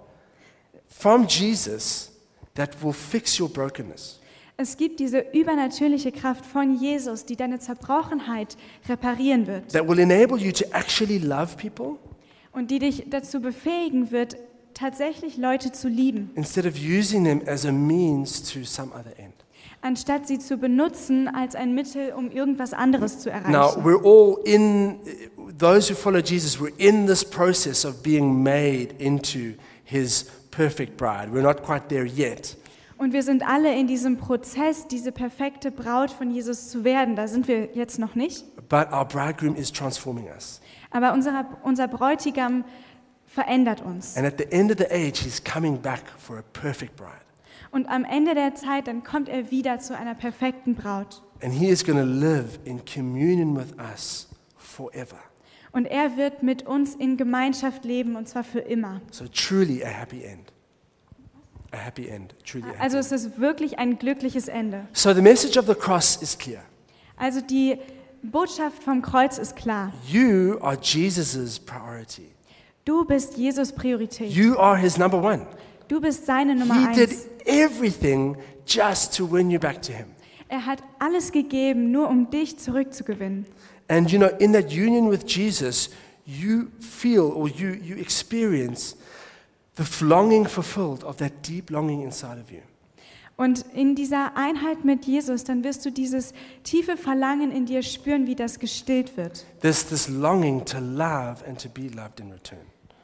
[SPEAKER 1] from Jesus that will fix your brokenness.
[SPEAKER 2] Es gibt diese übernatürliche Kraft von Jesus, die deine Zerbrochenheit reparieren wird
[SPEAKER 1] that will enable you to actually love people
[SPEAKER 2] und die dich dazu befähigen wird, tatsächlich Leute zu lieben,
[SPEAKER 1] instead of using them as a means to some other end.
[SPEAKER 2] anstatt sie zu benutzen als ein Mittel, um irgendwas anderes zu
[SPEAKER 1] Now,
[SPEAKER 2] erreichen.
[SPEAKER 1] we're all in, those who follow Jesus, we're in this process of being made into his perfect bride. We're not quite there yet.
[SPEAKER 2] Und wir sind alle in diesem Prozess, diese perfekte Braut von Jesus zu werden. Da sind wir jetzt noch nicht.
[SPEAKER 1] But our bridegroom is transforming us.
[SPEAKER 2] Aber unser, unser Bräutigam verändert uns.
[SPEAKER 1] And at the end of the age, he's coming back for a perfect bride.
[SPEAKER 2] Und am Ende der Zeit, dann kommt er wieder zu einer perfekten Braut.
[SPEAKER 1] And he is going to live in communion with us forever.
[SPEAKER 2] Und er wird mit uns in Gemeinschaft leben, und zwar für immer.
[SPEAKER 1] So, truly a happy end. A happy end. Truly a happy
[SPEAKER 2] Also
[SPEAKER 1] end.
[SPEAKER 2] es ist wirklich ein glückliches Ende.
[SPEAKER 1] So the message of the cross is clear.
[SPEAKER 2] Also die Botschaft vom Kreuz ist klar.
[SPEAKER 1] You are Jesus' priority.
[SPEAKER 2] Du bist Jesus Priorität.
[SPEAKER 1] You are his number one.
[SPEAKER 2] Du bist seine Nummer
[SPEAKER 1] He did
[SPEAKER 2] eins.
[SPEAKER 1] everything just to win you back to him.
[SPEAKER 2] Er hat alles gegeben, nur um dich zurückzugewinnen.
[SPEAKER 1] And you know, in that union with Jesus, you feel or you, you experience the longing fulfilled of that deep longing inside of you.
[SPEAKER 2] Und in dieser Einheit mit Jesus, dann wirst du dieses tiefe Verlangen in dir spüren, wie das gestillt wird.
[SPEAKER 1] This, this longing to love and to be loved in return.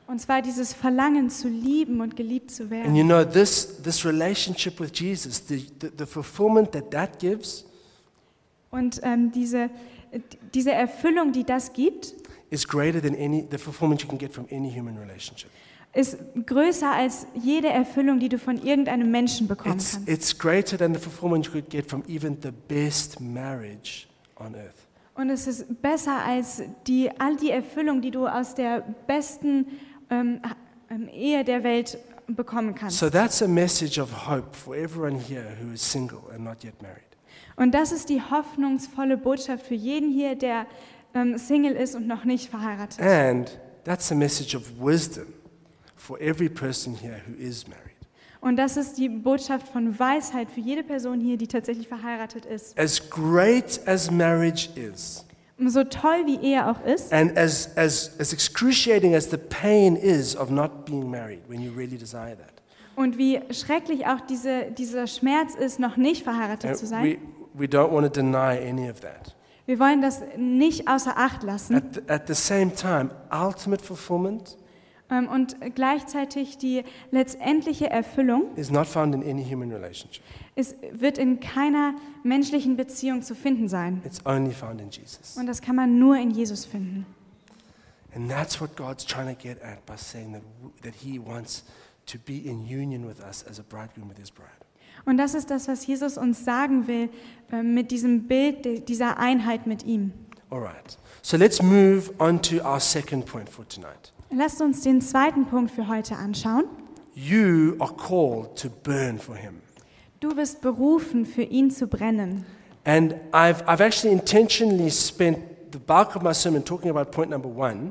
[SPEAKER 2] Und zwar dieses Verlangen zu lieben und geliebt zu
[SPEAKER 1] And
[SPEAKER 2] werden.
[SPEAKER 1] you know, this, this relationship with Jesus, the, the, the fulfillment that that gives
[SPEAKER 2] Und ähm, diese, äh, diese Erfüllung, die das gibt,
[SPEAKER 1] is greater than any, the fulfillment you can get from any human relationship.
[SPEAKER 2] ist größer als jede Erfüllung, die du von irgendeinem Menschen bekommen
[SPEAKER 1] It's,
[SPEAKER 2] kannst.
[SPEAKER 1] it's greater than the fulfillment you could get from even the best marriage on earth.
[SPEAKER 2] Und es ist besser als die, all die Erfüllung, die du aus der besten ähm, ähm, Ehe der Welt bekommen kannst.
[SPEAKER 1] So that's a message of hope for everyone here who is single and not yet married.
[SPEAKER 2] Und das ist die hoffnungsvolle Botschaft für jeden hier, der ähm, Single ist und noch nicht verheiratet.
[SPEAKER 1] And that's a message of wisdom for every person here who is married.
[SPEAKER 2] Und das ist die Botschaft von Weisheit für jede Person hier, die tatsächlich verheiratet ist.
[SPEAKER 1] As great as marriage is,
[SPEAKER 2] Und so toll wie Ehe auch ist
[SPEAKER 1] and as, as, as excruciating as the pain is of not being married when you really desire that,
[SPEAKER 2] und wie schrecklich auch diese, dieser Schmerz ist, noch nicht verheiratet
[SPEAKER 1] and
[SPEAKER 2] zu
[SPEAKER 1] we,
[SPEAKER 2] sein,
[SPEAKER 1] we don't want to deny any of that.
[SPEAKER 2] wir wollen das nicht außer Acht lassen
[SPEAKER 1] At the, at the same time, ultimate fulfillment
[SPEAKER 2] ähm, und gleichzeitig die letztendliche Erfüllung
[SPEAKER 1] is not found in any human relationship.
[SPEAKER 2] ist, wird in keiner menschlichen Beziehung zu finden sein.
[SPEAKER 1] It's only found in Jesus.
[SPEAKER 2] Und das kann man nur in Jesus finden.
[SPEAKER 1] And that's what God's trying to get at by saying that, w- that He wants to be in union with us as a bridegroom with His bride.
[SPEAKER 2] Und das ist das, was Jesus uns sagen will äh, mit diesem Bild de- dieser Einheit mit ihm.
[SPEAKER 1] All right. So let's move on to our second point for tonight.
[SPEAKER 2] Lasst uns den zweiten Punkt für heute anschauen.
[SPEAKER 1] You are called to burn for Him.
[SPEAKER 2] Du bist berufen, für ihn zu brennen.
[SPEAKER 1] And I've, I've actually intentionally spent the bulk of my sermon talking about point number one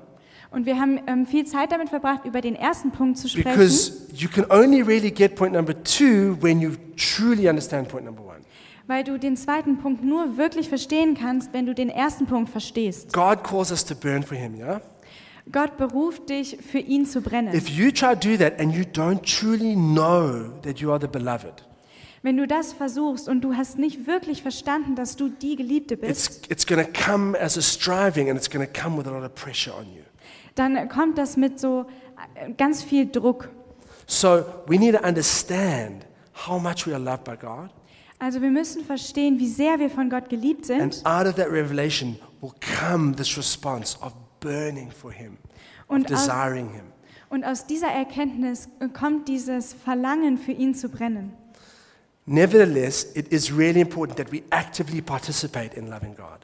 [SPEAKER 2] Und wir haben ähm, viel Zeit damit verbracht, über den ersten Punkt zu sprechen,
[SPEAKER 1] because you can only really get point number two when you truly understand point number one.
[SPEAKER 2] weil du den zweiten Punkt nur wirklich verstehen kannst, wenn du den ersten Punkt verstehst.
[SPEAKER 1] God calls us to burn for Him, yeah?
[SPEAKER 2] Gott beruft dich, für ihn zu brennen.
[SPEAKER 1] If you try to do that and you don't truly know that you are the beloved,
[SPEAKER 2] Wenn du das versuchst und du hast nicht wirklich verstanden, dass du die Geliebte bist,
[SPEAKER 1] it's, it's going to come as a striving and it's going to come with a lot of pressure on you.
[SPEAKER 2] dann kommt das mit so äh, ganz viel Druck.
[SPEAKER 1] So we need to understand how much we are loved by God.
[SPEAKER 2] Also wir müssen verstehen, wie sehr wir von Gott geliebt
[SPEAKER 1] And
[SPEAKER 2] sind
[SPEAKER 1] out of that revelation will come this response of burning for Him, of
[SPEAKER 2] Und aus-
[SPEAKER 1] desiring Him.
[SPEAKER 2] und aus dieser Erkenntnis äh, kommt dieses Verlangen für ihn zu brennen.
[SPEAKER 1] Nevertheless, it is really important that we actively participate in loving God.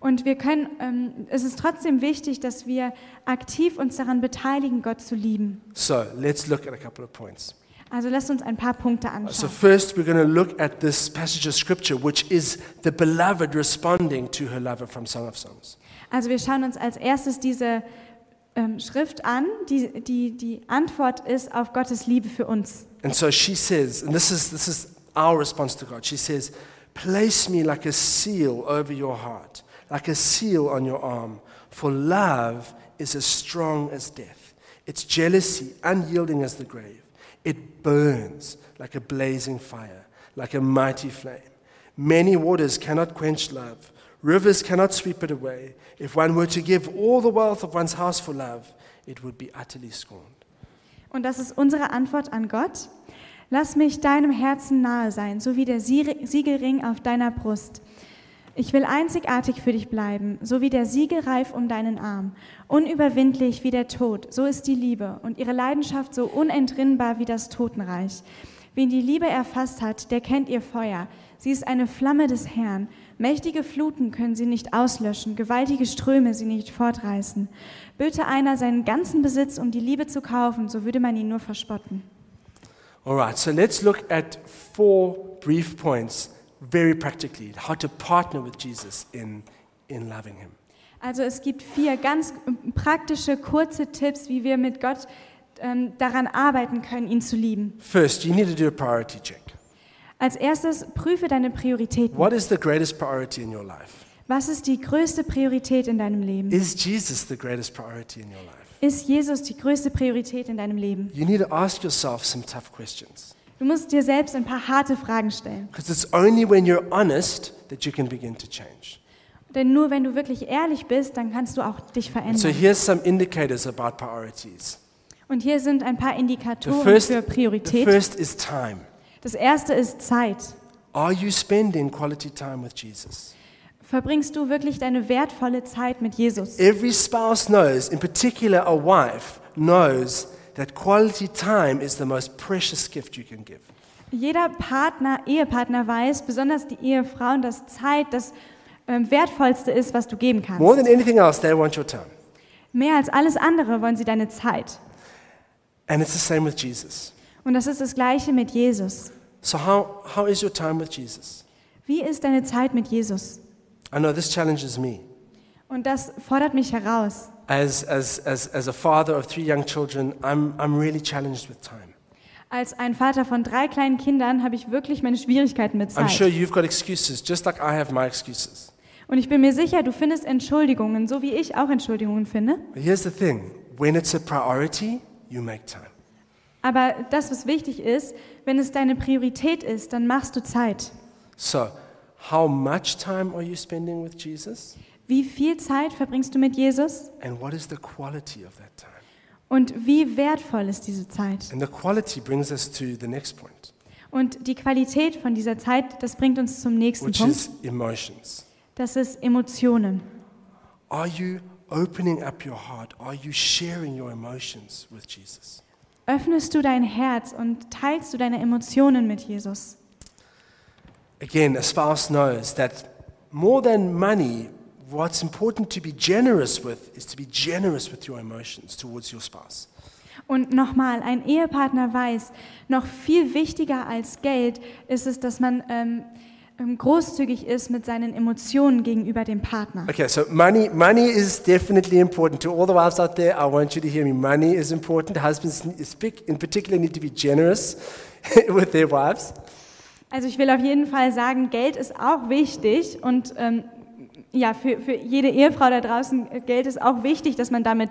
[SPEAKER 2] Und wir können, ähm, es ist trotzdem wichtig, dass wir aktiv uns daran beteiligen, Gott zu lieben.
[SPEAKER 1] So let's look at a couple of points.
[SPEAKER 2] Also lasst uns ein paar Punkte
[SPEAKER 1] So,
[SPEAKER 2] anschauen.
[SPEAKER 1] first, we're going to look at this passage of scripture, which is the beloved responding to her lover from Song of Songs.
[SPEAKER 2] Also wir schauen uns als erstes diese ähm, Schrift an, die, die die Antwort ist auf Gottes Liebe für uns.
[SPEAKER 1] And so she says, and this is, this is our response to God. She says, Place me like a seal over your heart, like a seal on your arm, for love is as strong as death. Its jealousy, unyielding as the grave. It burns like a blazing fire, like a mighty flame. Many waters cannot quench love. Rivers cannot sweep it away. If one were to give all the wealth of one's house for love, it would be utterly scorned.
[SPEAKER 2] Und das ist unsere Antwort an Gott. Lass mich deinem Herzen nahe sein, so wie der Sie- Siegelring auf deiner Brust. Ich will einzigartig für dich bleiben, so wie der Siegelreif um deinen Arm. Unüberwindlich wie der Tod, so ist die Liebe und ihre Leidenschaft so unentrinnbar wie das Totenreich. Wen die Liebe erfasst hat, der kennt ihr Feuer. Sie ist eine Flamme des Herrn. Mächtige Fluten können sie nicht auslöschen, gewaltige Ströme sie nicht fortreißen. Böte einer seinen ganzen Besitz, um die Liebe zu kaufen, so würde man ihn nur verspotten.
[SPEAKER 1] All right, so let's look at four brief points very practically how to partner with Jesus in, in loving him.
[SPEAKER 2] Also es gibt vier ganz ähm, praktische, kurze Tipps, wie wir mit Gott ähm, daran arbeiten können, ihn zu lieben.
[SPEAKER 1] First, you need to do a priority check.
[SPEAKER 2] Als erstes prüfe deine Prioritäten.
[SPEAKER 1] What is the greatest priority in your life?
[SPEAKER 2] Was ist die größte Priorität in deinem Leben?
[SPEAKER 1] Is Jesus the greatest priority in your life?
[SPEAKER 2] Ist Jesus die größte Priorität in deinem Leben?
[SPEAKER 1] You need to ask yourself some tough questions
[SPEAKER 2] Du musst dir selbst ein paar harte Fragen stellen.
[SPEAKER 1] because it's only when you're honest that you can begin to change.
[SPEAKER 2] Denn nur wenn du wirklich ehrlich bist, dann kannst du auch dich
[SPEAKER 1] And so,
[SPEAKER 2] verändern.
[SPEAKER 1] here's some indicators about priorities.
[SPEAKER 2] Und hier sind ein paar
[SPEAKER 1] The
[SPEAKER 2] Indikatoren
[SPEAKER 1] first,
[SPEAKER 2] für
[SPEAKER 1] the
[SPEAKER 2] Priorität.
[SPEAKER 1] first is time.
[SPEAKER 2] Das erste ist Zeit.
[SPEAKER 1] Are you spending quality time with Jesus?
[SPEAKER 2] Verbringst du wirklich deine wertvolle Zeit mit Jesus?
[SPEAKER 1] Every spouse knows, in particular a wife knows, that quality time is the most precious gift you can give.
[SPEAKER 2] Jeder Partner, Ehepartner weiß, besonders die Ehefrauen, dass Zeit das ähm, wertvollste ist, was du geben kannst.
[SPEAKER 1] More than anything else, they want your time.
[SPEAKER 2] Mehr als alles andere wollen sie deine Zeit.
[SPEAKER 1] And it's the same with Jesus.
[SPEAKER 2] Und das ist das Gleiche mit Jesus.
[SPEAKER 1] So, how, how is your time with Jesus?
[SPEAKER 2] Wie ist deine Zeit mit Jesus?
[SPEAKER 1] I know this challenges me.
[SPEAKER 2] Und das fordert mich heraus.
[SPEAKER 1] As, as, as, as a father of three young children, I'm, I'm really challenged with time.
[SPEAKER 2] Als ein Vater von drei kleinen Kindern habe ich wirklich meine Schwierigkeiten mit
[SPEAKER 1] I'm sure
[SPEAKER 2] Zeit.
[SPEAKER 1] you've got excuses, just like I have my excuses.
[SPEAKER 2] Und ich bin mir sicher, du findest Entschuldigungen, so wie ich auch Entschuldigungen finde.
[SPEAKER 1] But here's the thing when it's a priority, you make time.
[SPEAKER 2] Aber das, was wichtig ist, wenn es deine Priorität ist, dann machst du Zeit.
[SPEAKER 1] So, how much time are you spending with Jesus?
[SPEAKER 2] Wie viel Zeit verbringst du mit Jesus?
[SPEAKER 1] And what is the quality of that time?
[SPEAKER 2] Und wie wertvoll ist diese Zeit?
[SPEAKER 1] And the quality brings us to the next point,
[SPEAKER 2] Und die Qualität von dieser Zeit, das bringt uns zum nächsten
[SPEAKER 1] which
[SPEAKER 2] Punkt.
[SPEAKER 1] is emotions.
[SPEAKER 2] Das ist Emotionen.
[SPEAKER 1] Are you opening up your heart? Are you sharing your emotions with Jesus?
[SPEAKER 2] Öffnest du dein Herz und teilst du deine Emotionen mit Jesus?
[SPEAKER 1] Again, a spouse knows that more than money, what's important to be generous with is to be generous with your emotions towards your spouse.
[SPEAKER 2] Und nochmal, ein Ehepartner weiß, noch viel wichtiger als Geld ist es, dass man ähm, ähm, großzügig ist mit seinen Emotionen gegenüber dem Partner.
[SPEAKER 1] Okay, so money, money is definitely important. To all the wives out there, I want you to hear me. Money is important. Husbands in spe- in particular need to be generous with their wives.
[SPEAKER 2] Also ich will auf jeden Fall sagen, Geld ist auch wichtig und ähm, ja, für, für jede Ehefrau da draußen, äh, Geld ist auch wichtig, dass man damit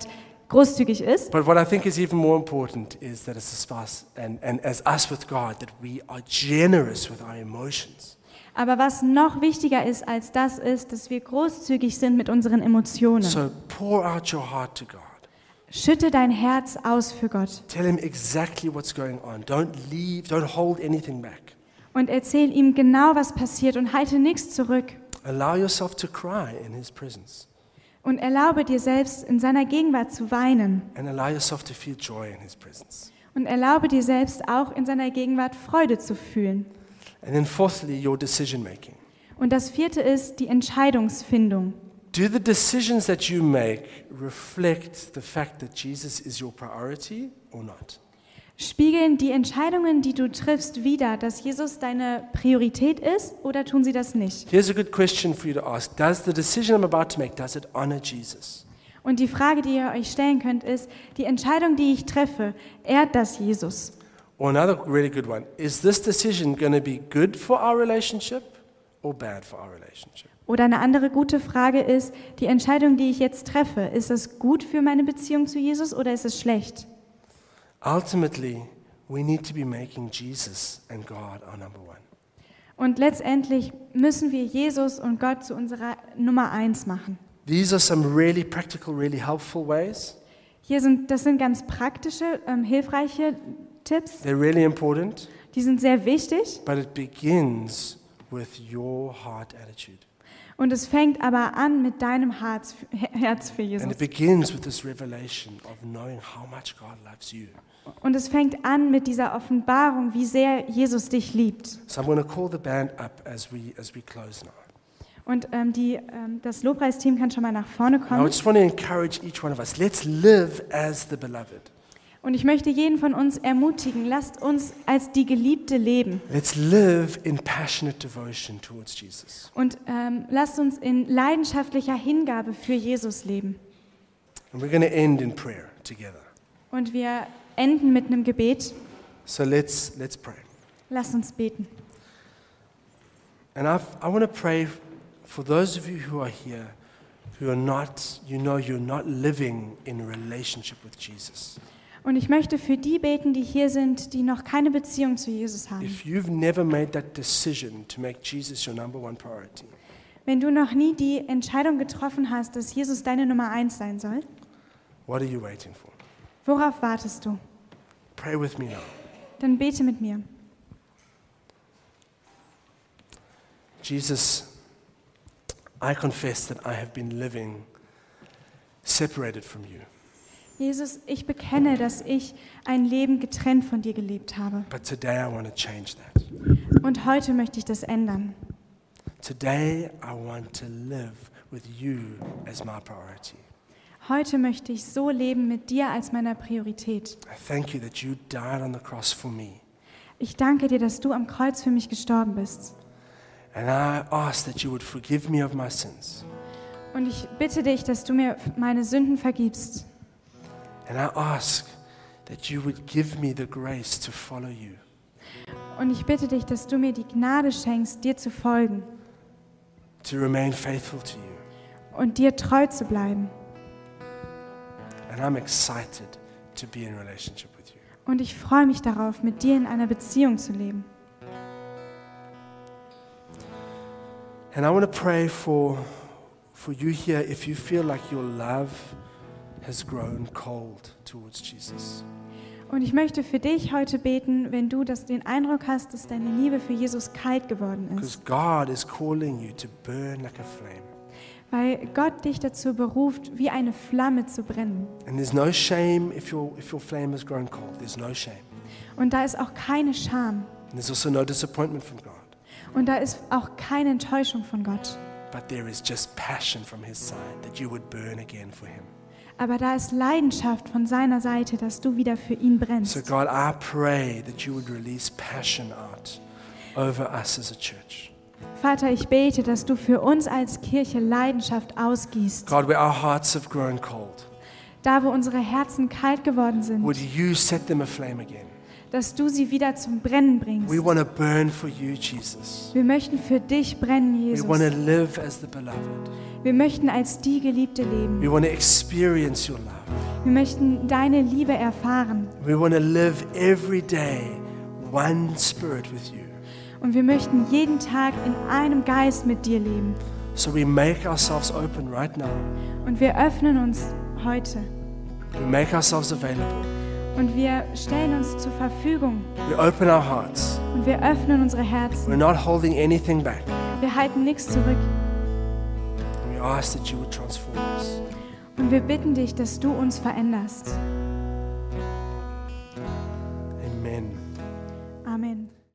[SPEAKER 2] großzügig ist.
[SPEAKER 1] But what I think is even more important is that as a spouse and, and as us with God, that we are generous with our emotions.
[SPEAKER 2] Aber was noch wichtiger ist als das ist, dass wir großzügig sind mit unseren Emotionen.
[SPEAKER 1] So pour out your heart to God.
[SPEAKER 2] Schütte dein Herz aus für Gott
[SPEAKER 1] Tell Him exactly what's going on. Don't leave, don't hold anything back.
[SPEAKER 2] und erzähl ihm genau, was passiert und halte nichts zurück.
[SPEAKER 1] Allow yourself to cry in His presence
[SPEAKER 2] Und erlaube dir selbst, in seiner Gegenwart zu weinen.
[SPEAKER 1] and allow yourself to feel joy in His presence.
[SPEAKER 2] Und erlaube dir selbst auch, in seiner Gegenwart Freude zu fühlen.
[SPEAKER 1] And then, fourthly, your decision making.
[SPEAKER 2] Und das vierte ist die Entscheidungsfindung.
[SPEAKER 1] Do the decisions that you make reflect the fact that Jesus is your priority or not?
[SPEAKER 2] Spiegeln die Entscheidungen, die du triffst, wieder, dass Jesus deine Priorität ist oder tun sie das nicht?
[SPEAKER 1] Here's a good question for you to ask. Does the decision I'm about to make, does it honor Jesus?
[SPEAKER 2] Und die Frage, die ihr euch stellen könnt, ist, die Entscheidung, die ich treffe, ehrt das Jesus?
[SPEAKER 1] Or another really good one, is this decision going to be good for our relationship or bad for our relationship?
[SPEAKER 2] Oder eine andere gute Frage ist, die Entscheidung, die ich jetzt treffe, ist es gut für meine Beziehung zu Jesus oder ist es schlecht?
[SPEAKER 1] Ultimately, we need to be making Jesus and God our number one.
[SPEAKER 2] Und letztendlich müssen wir Jesus und Gott zu unserer Nummer eins machen.
[SPEAKER 1] These are some really practical, really helpful ways.
[SPEAKER 2] Hier sind, das sind ganz praktische, ähm, hilfreiche Tipps.
[SPEAKER 1] They're really important,
[SPEAKER 2] Die sind sehr wichtig.
[SPEAKER 1] but it begins with your heart attitude.
[SPEAKER 2] Und es fängt aber an mit deinem Herz, Herz für
[SPEAKER 1] And
[SPEAKER 2] Jesus.
[SPEAKER 1] it begins with this revelation of knowing how much God loves you.
[SPEAKER 2] Und es fängt an mit dieser Offenbarung, wie sehr Jesus dich liebt.
[SPEAKER 1] So I'm going to call the band up as we as we close now.
[SPEAKER 2] Und ähm, die, ähm, das Lobpreisteam kann schon mal nach vorne
[SPEAKER 1] And I
[SPEAKER 2] kommen.
[SPEAKER 1] just want to encourage each one of us. Let's live as the beloved.
[SPEAKER 2] Und ich möchte jeden von uns ermutigen, lasst uns als die Geliebte leben.
[SPEAKER 1] Let's live in passionate devotion towards Jesus.
[SPEAKER 2] Und ähm, lasst uns in leidenschaftlicher Hingabe für Jesus leben.
[SPEAKER 1] And we're going to end in prayer together.
[SPEAKER 2] Und wir enden mit einem Gebet.
[SPEAKER 1] So let's let's pray.
[SPEAKER 2] Lass uns beten.
[SPEAKER 1] And I've, I want to pray for those of you who are here who are not, you know, you're not living in relationship with Jesus.
[SPEAKER 2] Und ich möchte für die beten, die hier sind, die noch keine Beziehung zu Jesus haben.
[SPEAKER 1] If you've never made that decision to make Jesus your number one priority,
[SPEAKER 2] Wenn du noch nie die Entscheidung getroffen hast, dass Jesus deine Nummer eins sein soll,
[SPEAKER 1] what are you waiting for?
[SPEAKER 2] worauf wartest du?
[SPEAKER 1] Pray with me now.
[SPEAKER 2] Dann bete mit mir.
[SPEAKER 1] Jesus, I confess that I have been living separated from you.
[SPEAKER 2] Jesus, ich bekenne, dass ich ein Leben getrennt von dir gelebt habe.
[SPEAKER 1] But today I want to change that.
[SPEAKER 2] Und heute möchte ich das ändern.
[SPEAKER 1] Today I want to live with you as my priority.
[SPEAKER 2] Heute möchte ich so leben mit dir als meiner Priorität.
[SPEAKER 1] I thank you that you died on the cross for me.
[SPEAKER 2] Ich danke dir, dass du am Kreuz für mich gestorben bist.
[SPEAKER 1] And I ask that you would forgive me of my sins.
[SPEAKER 2] Und ich bitte dich, dass du mir meine Sünden vergibst.
[SPEAKER 1] And I ask that you would give me the grace to follow you.
[SPEAKER 2] Und ich bitte dich, dass du mir die Gnade schenkst, dir zu folgen
[SPEAKER 1] to remain faithful to you.
[SPEAKER 2] und dir treu zu bleiben.
[SPEAKER 1] And I'm excited to be in relationship with you.
[SPEAKER 2] Und ich freue mich darauf, mit dir in einer Beziehung zu leben.
[SPEAKER 1] And I want to pray for, for you here if you feel like your love has grown cold towards Jesus.
[SPEAKER 2] Und ich möchte für dich heute beten, wenn du das, den Eindruck hast, dass deine Liebe für Jesus kalt geworden
[SPEAKER 1] Because
[SPEAKER 2] ist.
[SPEAKER 1] God is calling you to burn like a flame.
[SPEAKER 2] Weil Gott dich dazu beruft, wie eine Flamme zu brennen.
[SPEAKER 1] And there's no shame if your, if your flame has grown cold. There's no shame.
[SPEAKER 2] Und da ist auch keine Scham.
[SPEAKER 1] And there's also no disappointment from God.
[SPEAKER 2] Und da ist auch keine Enttäuschung von Gott.
[SPEAKER 1] But there is just passion from His side that you would burn again for Him.
[SPEAKER 2] Aber da ist Leidenschaft von seiner Seite, dass du wieder für ihn
[SPEAKER 1] So,
[SPEAKER 2] brennst.
[SPEAKER 1] God, I pray that you would release passion out over us as a church.
[SPEAKER 2] Vater, ich bete, dass du für uns als Kirche Leidenschaft ausgießt.
[SPEAKER 1] God, where our hearts have grown cold,
[SPEAKER 2] Da, wo unsere Herzen kalt geworden
[SPEAKER 1] would
[SPEAKER 2] sind,
[SPEAKER 1] you set them aflame again?
[SPEAKER 2] dass du sie wieder zum Brennen
[SPEAKER 1] We
[SPEAKER 2] bringst.
[SPEAKER 1] want to burn for you, Jesus.
[SPEAKER 2] Wir möchten für dich brennen,
[SPEAKER 1] We want to
[SPEAKER 2] Jesus.
[SPEAKER 1] live as the beloved.
[SPEAKER 2] Wir möchten als die Geliebte leben.
[SPEAKER 1] We want to experience your love.
[SPEAKER 2] Wir möchten deine Liebe erfahren.
[SPEAKER 1] We want to live every day one spirit with you.
[SPEAKER 2] Und wir möchten jeden Tag in einem Geist mit dir leben.
[SPEAKER 1] So we make ourselves open right now.
[SPEAKER 2] Und wir öffnen uns heute.
[SPEAKER 1] We make ourselves available.
[SPEAKER 2] Und wir stellen uns zur Verfügung.
[SPEAKER 1] We open our hearts.
[SPEAKER 2] Und wir öffnen unsere Herzen.
[SPEAKER 1] We're not holding anything back.
[SPEAKER 2] Wir halten nichts zurück.
[SPEAKER 1] And we ask that you would transform us.
[SPEAKER 2] Und wir bitten dich, dass du uns veränderst.